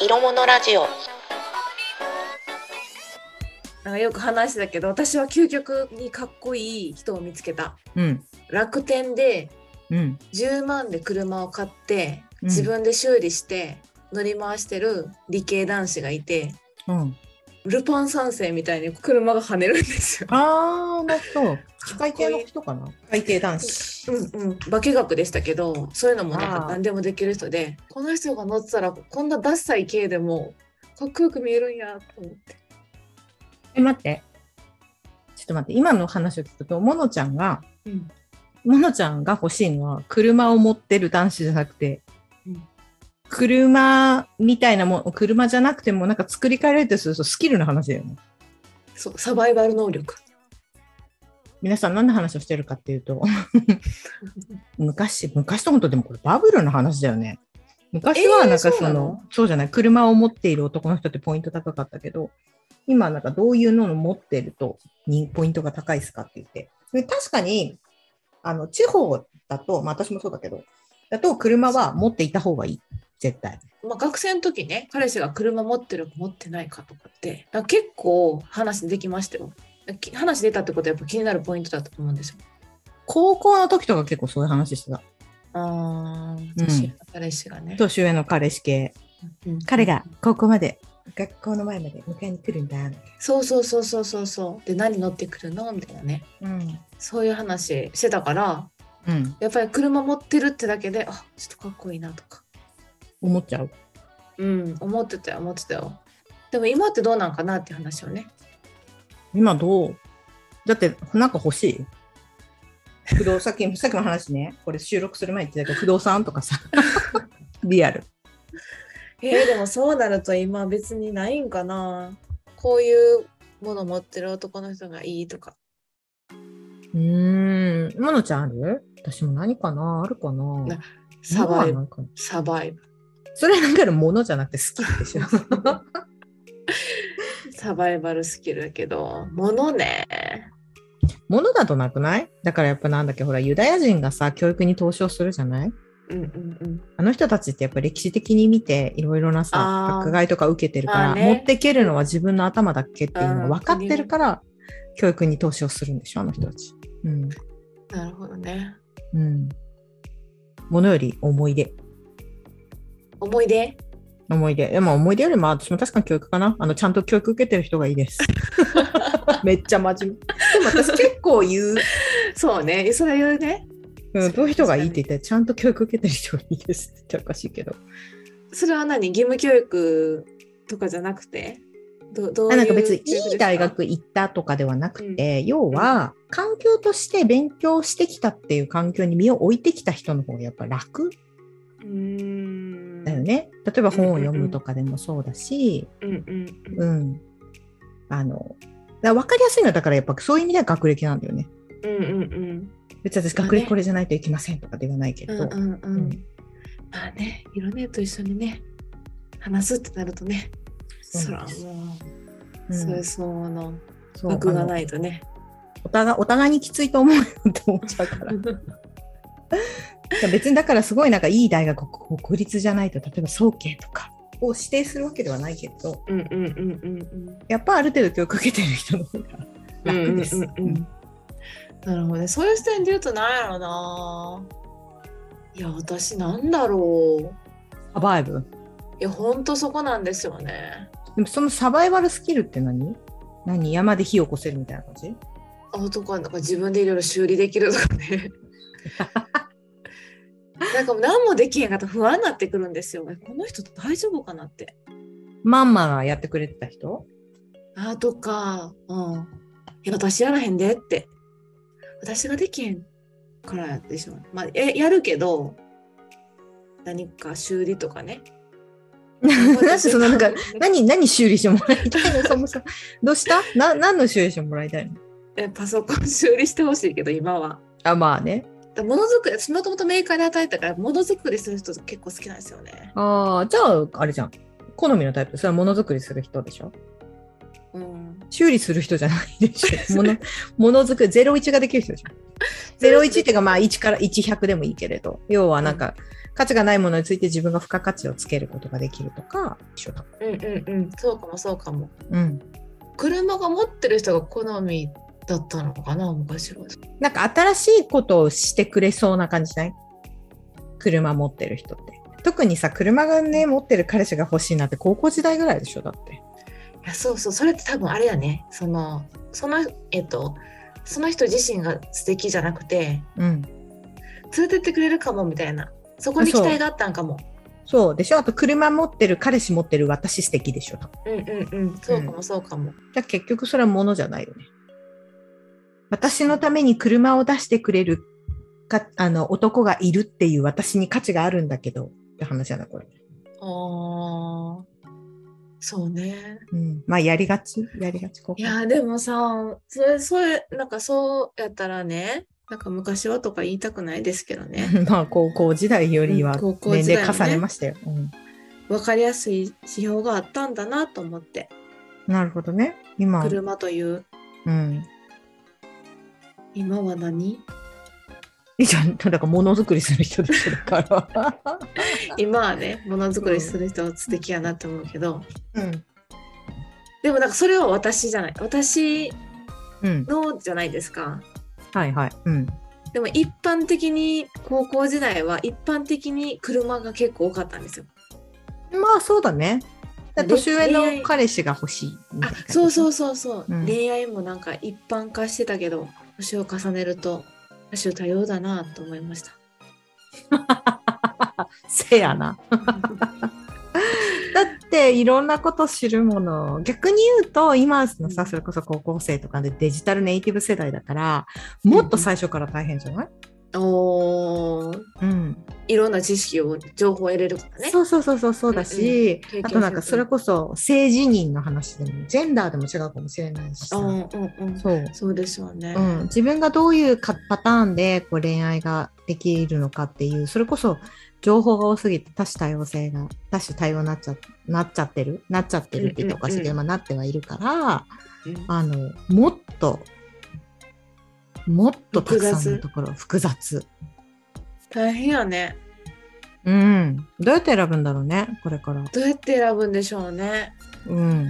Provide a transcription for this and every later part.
色物ラジオなんかよく話してたけど私は究極にかっこいい人を見つけたうん楽天でうん10万で車を買ってうん自分で修理して乗り回してる理系男子がいて、うんルパン三世みたいに車が跳ねるんで すよ。ああなるほど機械系の人かな会計男子。うんうん、化学でしたけどそういうのもなんあかー何でもできる人でこの人が乗ってたらこんなダッサい系でもかっこよく見えるんやと思ってえ待ってちょっと待って今の話を聞くとモノちゃんがうんモノちゃんが欲しいのは車を持ってる男子じゃなくて、うん車みたいなもん車じゃなくてもなんか作り変えられてするとスキルの話だよねそうサバイバル能 力皆さん何の話をしてるかっていうと昔昔と本当でもこれバブルの話だよね昔はなんかえーそうその、なのそうじゃない車を持っている男の人ってポイント高かったけど今なんかどういうのを持ってるとにポイントが高いですかって言ってで確かにあの地方だと、まあ、私もそうだけどだと車は持っていた方がいい絶対まあ、学生の時ね彼氏が車持ってるか持ってないかとかってなんか結構話できましたよき話出たってことはやっぱ気になるポイントだったと思うんですよ高校の時とか結構そういう話してたあー、うん彼氏がね年上の彼氏系彼が高校まで学校の前まで迎えに来るんだみたいそうそうそうそうそうそうで何乗ってくるのみたいなねなうんそういう話してたからうん、やっぱり車持ってるってだけであちょっとかっこいいなとか思っちゃう。うん思ってたよ思ってたよでも今ってどうなんかなっていう話をね今どうだって、なんか欲しい不動さっ き、さっきの話ね、これ収録する前に言ってたけど、不動産とかさ、 リアル。えー、でもそうなると今別にないんかなこういうもの持ってる男の人がいいとかうーん、まのちゃんある私も何かなあるかななサバイなブんかサバイブそれはだからものじゃなくて好きでしょ。サバイバルスキルやけどものねものだとなくないだからやっぱなんだっけ、ほら、ユダヤ人がさ、教育に投資をするじゃないうんうんうんあの人たちってやっぱ歴史的に見ていろいろなあーさ迫害とか受けてるかまあら、ね持ってけるのは自分の頭だけっていうのうんが分かってるから教育に投資をするんでしょあの人たち。うん。なるほどねうん。ものより思い出。思い出思い出。でも思い出よりも私も確かに教育かな。あのちゃんと教育受けてる人がいいです。めっちゃ真面目。でも私結構言う、そうねそれ言うねうん、どういう人がいいって言ったらちゃんと教育受けてる人がいいですって言ったらおかしいけど。それは何義務教育とかじゃなくてどどういあうなんか別に教育ですいい大学行ったとかではなくて、要んは環境として勉強してきたっていう環境に身を置いてきた人の方がやっぱ楽うーんだよね。例えば本を読むとかでもそうだし、うんうんうんうん。あの、だ分かりやすいのはだからやっぱそういう意味では学歴なんだよね。うんうんうん別に私まあね学歴これじゃないといけませんとかではないけうど、んうんううんんまあね色ねと一緒にね話すってなるとねそそうらなんですもうう、んそれ相応のそう学があのないと ねお互いお互いにきついと思うよって思っちゃうから。別にだからすごいなんかいい大学国立じゃないと例えば総計とかを指定するわけではないけどうんうんうんうんうんやっぱある程度教育受けてる人の方が楽です。うんうんうんうんなるほどねそういう視点で言うと何やろうないや私なんだろうサバイブいやほんとそこなんですよねでもそのサバイバルスキルって何何山で火起こせるみたいな感じ男はなんか自分でいろいろ修理できるとか ねなんかもう何もできへんかったら不安になってくるんですよえこの人大丈夫かなってマンマがやってくれてた 人あとか、うん。いや、私やらへんでって。私ができへんからでしょ。まあ、えやるけど、何か修理とかね。 なんでそのなんか何何何修理してもらいたいのそもそもどうしたな何の修理してもらいたいのえパソコン修理してほしいけど、今は。あまあねだものづくり、私もともとメーカーで与えたから、ものづくりする人結構好きなんですよね。ああじゃああれじゃん好みのタイプそれはものづくりする人でしょうん。 修理する人じゃないでしょ。ものものづくり、ゼロ一ができる人でしょ。 01っていうか、まあ、1から100でもいいけれど、要はなんか、価値がないものについて自分が付加価値をつけることができるとか、一緒だ。うんうんうんそうかもそうかもうん。車が持ってる人が好みだったのかな昔はなんか、新しいことをしてくれそうな感じない車持ってる人って。特にさ、車がね、持ってる彼氏が欲しいなって、高校時代ぐらいでしょ、だって。いやそうそうそれって多分あれやねそのそのえっとその人自身が素敵じゃなくてうん。連れてってくれるかもみたいなそこに期あそう待があったんかもそうでしょあと車持ってる彼氏持ってる私素敵でしょうんうんうんそうかもそうかも、じゃあ結局それは物じゃないよね。私のために車を出してくれるかあの男がいるっていう私に価値があるんだけどって話じゃないこれ。ああそうねうん、まあやりがちやりがちこういやーでもさそれそれなんかそうやったらねなんか昔はとか言いたくないですけどね まあ高校時代よりはうん高校年時代齢はね重ねましたよ。うん分かりやすい指標があったんだなと思ってなるほどね。今、車といううん、今は何いいじゃん だからものづくりする人でしょだから。今はねものづくりする人は素敵やなと思うけど、 うんでもなんかそれは私じゃない私うん、のじゃないですかはいはい。うんでも一般的に高校時代は一般的に車が結構多かったんですよまあそうだね。だからで年上の彼氏が欲しいみたいあな感じ。。そうそううそうそう、うん恋愛もなんか一般化してたけど年を重ねると多種多様だなと思いましたせやな。 だっていろんなこと知るもの。逆に言うと今のさ、それこそ高校生とかでデジタルネイティブ世代だから、もっと最初から大変じゃないおーうん。いろんな知識を情報を得れるからねそうそうそうそうそうだし、うんうんあとなんかそれこそ性自認の話でも、ジェンダーでも違うかもしれないしさ。うんうんうんそう。そうでしょうね、うん、自分がどういうかパターンでこう恋愛ができるのかっていうそれこそ情報が多すぎて多種多様性が多種多様になっちゃなっちゃってるなっちゃってるって言っておかしいけど、うんまあ、なってはいるからうんあのもっともっとたくさ複雑んのところ複雑大変やねうんどうやって選ぶんだろうねこれからどうやって選ぶんでしょうねうん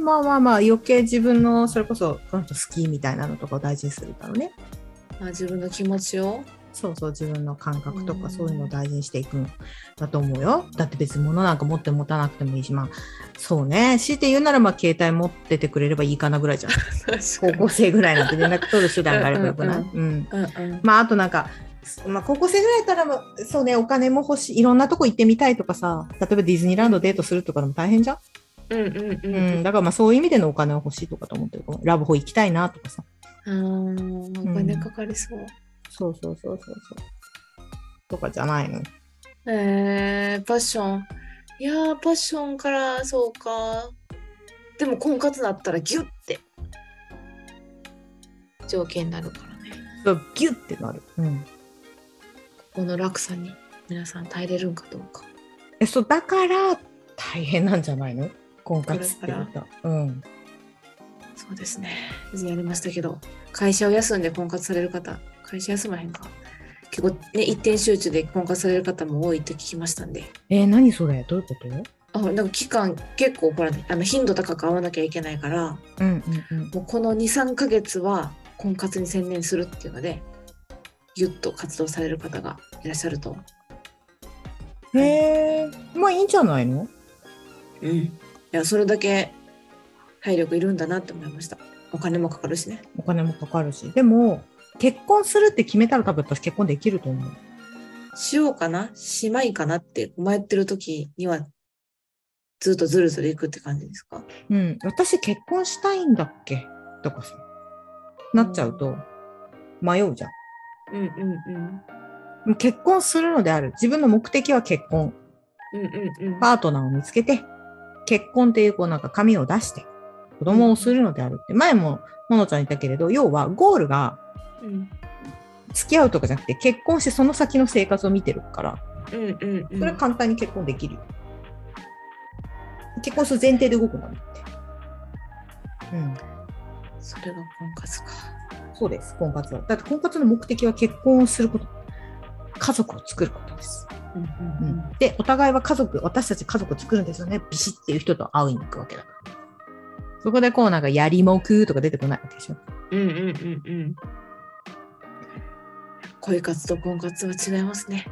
まあまあまあ余計自分のそれこそこの人好きみたいなのとかを大事にするだろうねまあ、自分の気持ちをそうそう自分の感覚とうかんそういうのを大事にしていくんだと思うよ。だって別に物なんか持って持たなくてもいいしまあそうね強いて言うならまあ携帯持っててくれればいいかなぐら いじゃん高校生ぐらいなんて連絡取る手段があればよくうないんうんうんうんまああとなんか、まあ、高校生ぐらいだったらまあそうねお金も欲しいいろんなとこ行ってみたいとかさ例えばディズニーランドデートするとかでも大変じゃん、うんうんううんん、だからまあそういう意味でのお金は欲しいとかと思ってるかもラブホ行きたいなとかさあーお金かかりそう、そうそうそうそうそうとかじゃないのえー、パッションいやーパッションからそうかでも婚活だったらギュッて条件になるからねそうギュッてなる。うんこの落差に皆さん耐えれるんかどうかえそうだから大変なんじゃないの婚活ってこれ言かっらた。うん。そうですね以前やりましたけど会社を休んで婚活される方会社休まへんか結構ね一点集中で婚活される方も多いって聞きましたんでえー何それどういうことあなんか期間結構ほら、あの頻度高く会わなきゃいけないからうんうんうん。もうこの23ヶ月は婚活に専念するっていうのでギュッと活動される方がいらっしゃると、へえまあいいんじゃないのうん、いやそれだけ体力いるんだなって思いましたお金もかかるしねお金もかかるし。でも結婚するって決めたら多分私結婚できると思う。しようかなしまいかなって迷ってる時にはずっとずるずるいくって感じですかうん。私結婚したいんだっけとかさ。なっちゃうと迷うじゃん。うんうんうんでも結婚するのである。自分の目的は結婚。うんうんうんパートナーを見つけて、結婚っていうこうなんか紙を出して、子供をするのであるって、前もものちゃん言ったけれど、要はゴールがうん付き合うとかじゃなくて、結婚してその先の生活を見てるから、うんうんうんそれは簡単に結婚できるよ。結婚する前提で動くのにって。うん。それが婚活かそうです、婚活は。だって婚活の目的は結婚をすること、家族を作ることです。うんううんん、で、お互いは家族、私たち家族作るんですよね、ビシッっていう人と会いに行くわけだから。そこでこうなんか、やりもくとか出てこないわけでしょ。うんうんうんうん。恋活と婚活は違いますね。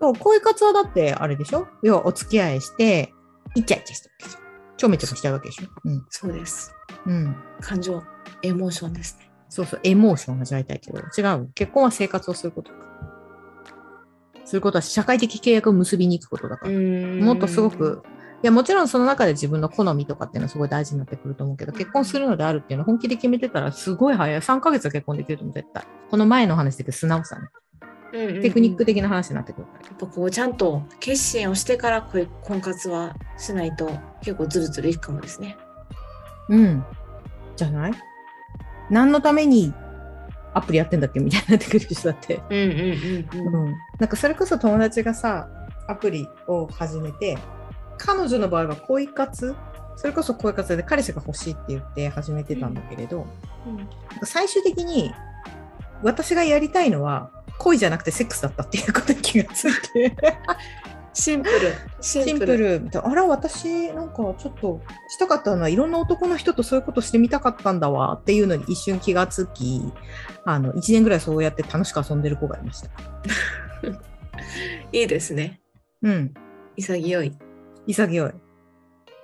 そう、恋活はだってあれでしょ要はお付き合いして、イチャイチャしてるわけでしょ。ちょめちょめしちゃうわけでしょ。うん。そうです。うん。感情、エモーションですね。そうそう、エモーション味わいたいけど、違う。結婚は生活をすることだから。することは社会的契約を結びに行くことだから。もっとすごく、いや、もちろんその中で自分の好みとかっていうのはすごい大事になってくると思うけど、結婚するのであるっていうのを本気で決めてたら、すごい早い。3ヶ月は結婚できると思う、絶対。この前の話だけど、素直さね。うんうんうん、テクニック的な話になってくるから。やっぱこうちゃんと決心をしてから恋婚活はしないと結構ずるずるいくかもですね。うん。じゃない何のためにアプリやってんだっけみたいになってくる人だって。うんうんうんうん。ん。なんかそれこそ友達がさ、アプリを始めて、彼女の場合は恋活それこそ恋活で彼氏が欲しいって言って始めてたんだけれど、最終的に私がやりたいのは恋じゃなくてセックスだったっていうことに気がついて。シンプル。 シンプシンル。プルみたいなあら私なんかちょっとしたかったのはいろんな男の人とそういうことしてみたかったんだわっていうのに一瞬気がつきあの1年ぐらいそうやって楽しく遊んでる子がいましたいいですね。うん潔い。潔い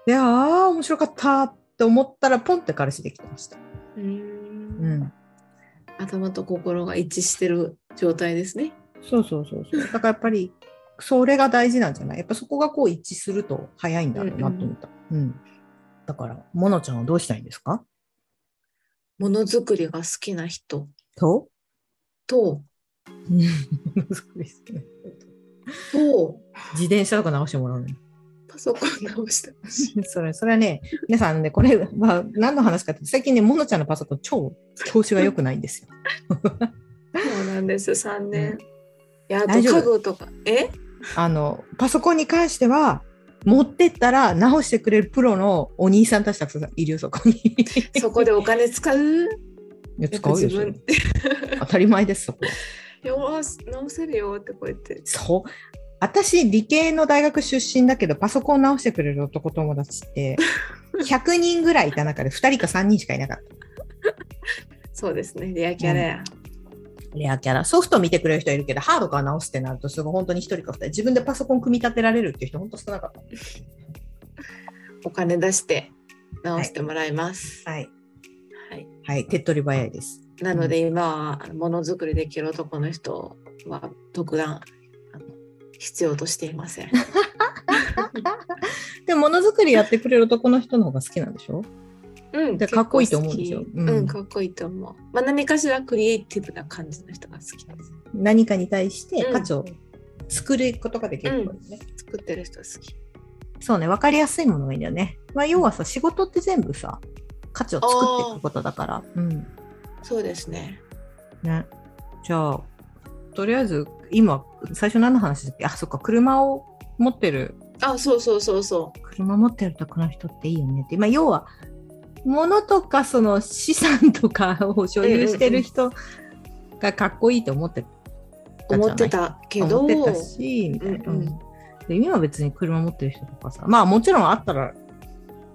いやー面白かったって思ったらポンって彼氏できてましたうん頭と心が一致してる状態ですね。そうそうそうそうだからやっぱりそれが大事なんじゃないやっぱそこがこう一致すると早いんだろうなと思ったうん、だからモノちゃんはどうしたいんですかものづくりが好きな人とと、そうですねと、自転車とか直してもらうのパソコン直してほしい。 それ、それはね、皆さんね、これは何の話かって、最近ね、モノちゃんのパソコン超調子が良くないんですよ。そうなんです。3年。いや、あと大丈夫家具とか。 えあの、パソコンに関しては、持ってったら直してくれるプロのお兄さんたちたくさんいるよ、そこ に。そこでお金使ういややっ使ぱう自よ、それ分。当たり前です、そこは。よし、直せるよってこうやって。そう。私、理系の大学出身だけど、パソコン直してくれる男友達って、100人ぐらいいた中で2人か3人しかいなかった。そうですね。レアキャラや。レアキャラ。ソフト見てくれる人いるけど、ハードから直すってなると、すごい本当に一人か二人。自分でパソコン組み立てられるっていう人、本当少なかっお金出して直してもらいます。た。はい。はいはい、手っ取り早いです。なので今はものづくりできる男の人は特段あの必要としていません。でも、ものづくりやってくれる男の人の方が好きなんでしょ うんで結構かっこいいと思うんですよ好きうんうん、かっこいいと思う。まあ何かしらクリエイティブな感じの人が好きです。何かに対してうん価値を作ることができる子ですね。作ってる人好き。そうね、分かりやすいものがいいんだよね。まあ、要はさ、仕事って全部さ、価値を作っていくことだから。うん。そうですね。ね。じゃあ、とりあえず、今、最初何の話だっけあ、そっか、車を持ってるあ、そうそうそうそ車持ってるとこの人っていいよねって、まあ、要は物とかその資産とかを所有してる人がかっこいいと思ってう。たじゃない思ってたけど、思ってたしみたいな、うんうんで今は別に車持ってる人とかさまあもちろんあったら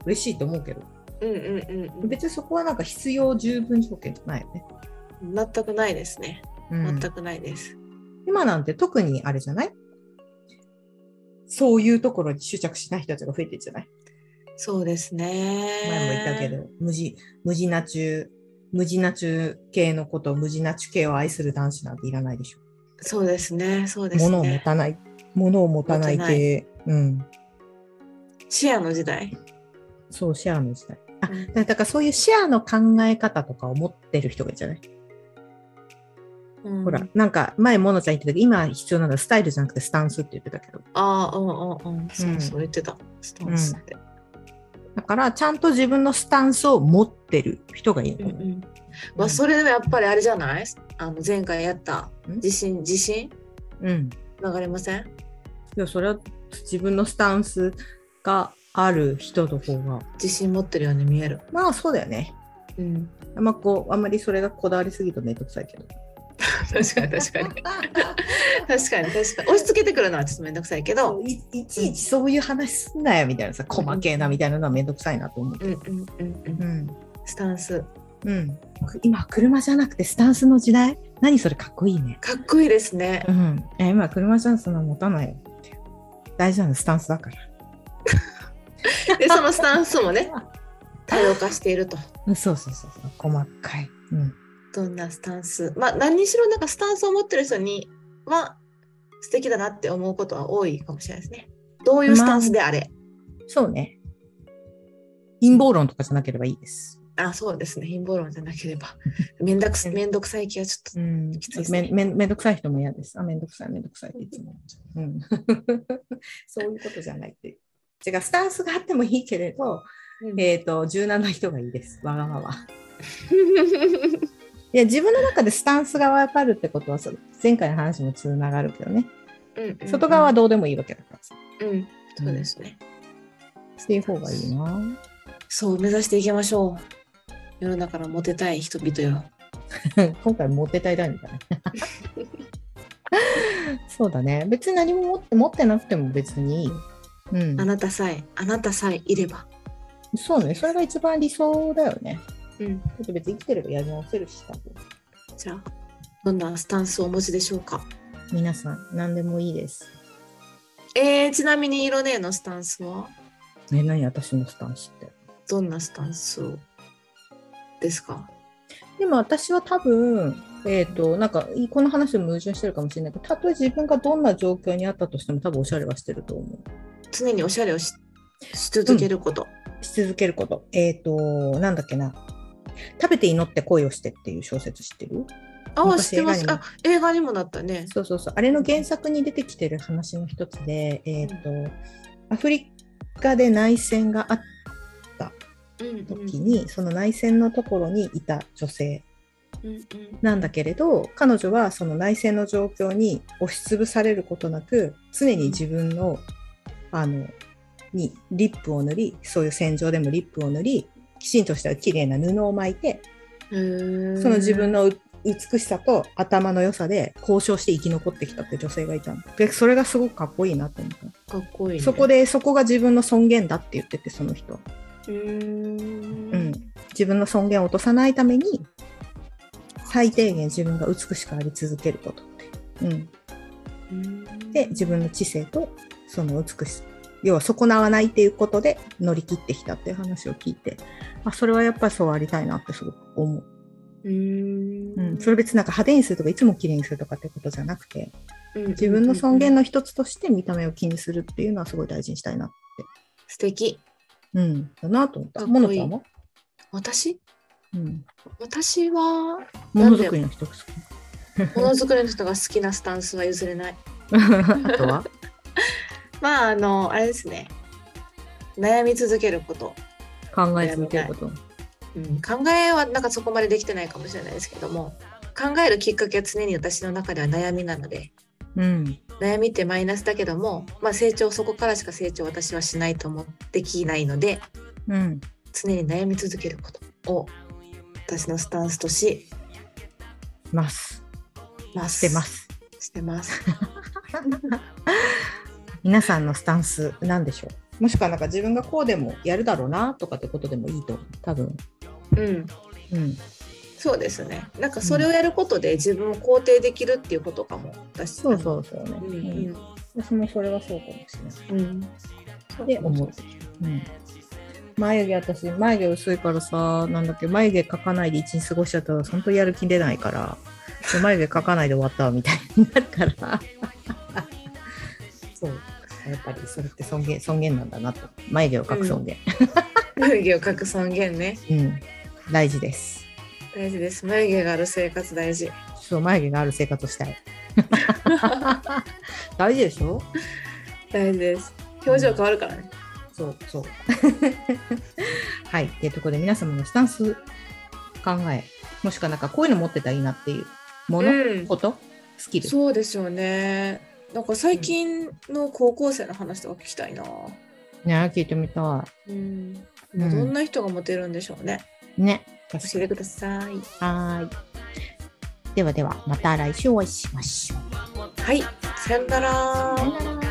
嬉しいと思うけどうんうんうん別にそこはなんか必要十分条件じゃないよね、うん。全くないですね。うん全くないです。今なんて特にあれじゃないそういうところに執着しない人たちが増えてるじゃないそうですね。前も言ったけど、無地、無地ナチュ、無地ナチュ系のこと、無地ナチュ系を愛する男子なんていらないでしょ。そうですね、そうですね。物を持たない、物を持たない系、うん。シェアの時代。そう、シェアの時代。あうん、だだからそういうシェアの考え方とかを持ってる人がいるじゃない、うんほら、なんか前、モノちゃん言ってたけど、今必要なのはスタイルじゃなくてスタンスって言ってたけど。ああ、うんうんうん。そうそう言ってた。スタンスって。だから、ちゃんと自分のスタンスを持ってる人がいるうんのうかな。ん。まあ、それでもやっぱりあれじゃないあの前回やったん地震、地震うん。流れませんいや、それは自分のスタンスがある人の方が、地震持ってるように見える。まあそうだよね。うん。まあ、こう、あんまりそれがこだわりすぎるとめんどくさ いけど。確かに確かに確かに確かに押し付けてくるのはちょっとめんどくさいけどいいちいちそういう話すんなよみたいなさ、細けえなみたいなのはめんどくさいなと思う。うんうんうんうんうん。スタンスうん。今、車じゃなくてスタンスの時代何それかっこいいね。かっこいいですねうん。いや今、車じゃそんな持たないよ。大事なのスタンスだから。 でそのスタンスもね多様化しているとうんそうそうそうそう。細かい。うん。どんなスタンスまあ何にしろなんかスタンスを持ってる人には素敵だなって思うことは多いかもしれないですねどういうスタンスであれ、そうね。陰謀論とかじゃなければいいです。あそうですね陰謀論じゃなけれ ばめんどくすめんどくさい気はちょっんきついですねめめめんどくさい人も嫌です。あ、めんどくさい、めんどくさいっていつも。 うん、そういうことじゃないって。違う、スタンスがあってもいいけれど、と、えっ、と、柔軟な人がいいです。わがま ま。うんいや、自分の中でスタンスがわかるってことは、そう前回の話もつながるけどね。うんうん外側はどうでもいいわけだからさ。うんそうですねっていう方がいいな。そう目指していきましょう世の中のモテたい人々よ今回持ってたいだみたいな。 そうだね。別に何も持って持ってなくても別にいい。うんあ、なたさえあなたさえいればそうね。それが一番理想だよね。うんだって別に生きてればやり直せるし、多分じゃあどんなスタンスをお持ちでしょうか皆さん、何でもいいです。えー、ちなみに色ねのスタンスはえ、何私のスタンスって。どんなスタンスをですかでも私は多分、えっ、と、なんか、いこの話でも矛盾してるかもしれないけど、たとえ自分がどんな状況にあったとしても、多分おしゃれはしてると思う。常におしゃれをしし続けること、し続けること。えっ、と、なんだっけな。食べて祈って恋をしてっていう小説知ってるああ昔知ってます映画にあ映画にもなったねそうそうそう。あれの原作に出てきてる話の一つで、えっ、と、アフリカで内戦があったうんうん時に、その内戦のところにいた女性うんうんなんだけれど彼女はその内戦の状況に押しつぶされることなく常に自分のあのにリップを塗りそういう戦場でもリップを塗りきちんとした綺麗な布を巻いてへーその自分のう美しさと頭の良さで交渉して生き残ってきたって女性がいたのでそれがすごくかっこいいなと思った、かっこいい、ね、そこでそこが自分の尊厳だって言っててその人はうーんうん自分の尊厳を落とさないために最低限自分が美しくあり続けることって、うん、うんで自分の知性とその美しさ要は損なわないっていうことで乗り切ってきたっていう話を聞いてあそれはやっぱりそうありたいなってすごく思う、うーうんん、それ別になんか派手にするとかいつも綺麗にするとかってことじゃなくて自分の尊厳のの一つとして見た目を気にするっていうのはすごい大事にしたいな素敵うんだなと思っかたっこいもいのちゃんも、私うん、私はものづくりの一つものづくりの人が好きなスタンスは譲れないあとはまああのあれですね悩み続けること、考え続けることうん、考えはなんかそこまでできてないかもしれないですけども考えるきっかけは常に私の中では悩みなのでうん悩みってマイナスだけども、まあ、成長そこからしか成長私はしないと思ってきないのでうん常に悩み続けることを私のスタンスとします。ますしてます。してます皆さんのスタンスなんでしょうもしくはなんか自分がこうでもやるだろうなとかってことでもいいと思う多分。うんうん。そうですね。なんかそれをやることで自分を肯定できるっていうことかも。私そうそうそうね。うんうん私もそれはそうかもしれない。うんうん。で思ううん。眉毛私眉毛薄いからさなんだっけ眉毛描かないで一日過ごしちゃったら本当やる気出ないからで眉毛描かないで終わったわみたいになるから そうやっぱりそれって尊厳尊厳なんだなと眉毛を描く尊厳、眉毛を描く尊厳ね。うん、大事です。大事です。眉毛がある生活大事。そう、眉毛がある生活をした い。大事でしょ大事です。表情変わるからね。そう、そう。 はい、っていうところで皆様のスタンス考え、もしくはなんかこういうの持ってたらいいなっていうもの、うん。こと、スキル。そうですよね。なんか最近の高校生の話とか聞きたいな。ね、聞いてみたうん。うんどんな人がモテるんでしょうね。い。ね、確教えてください。はーい。ではでは、また来週お会いしましょう。はい、さよならさよなら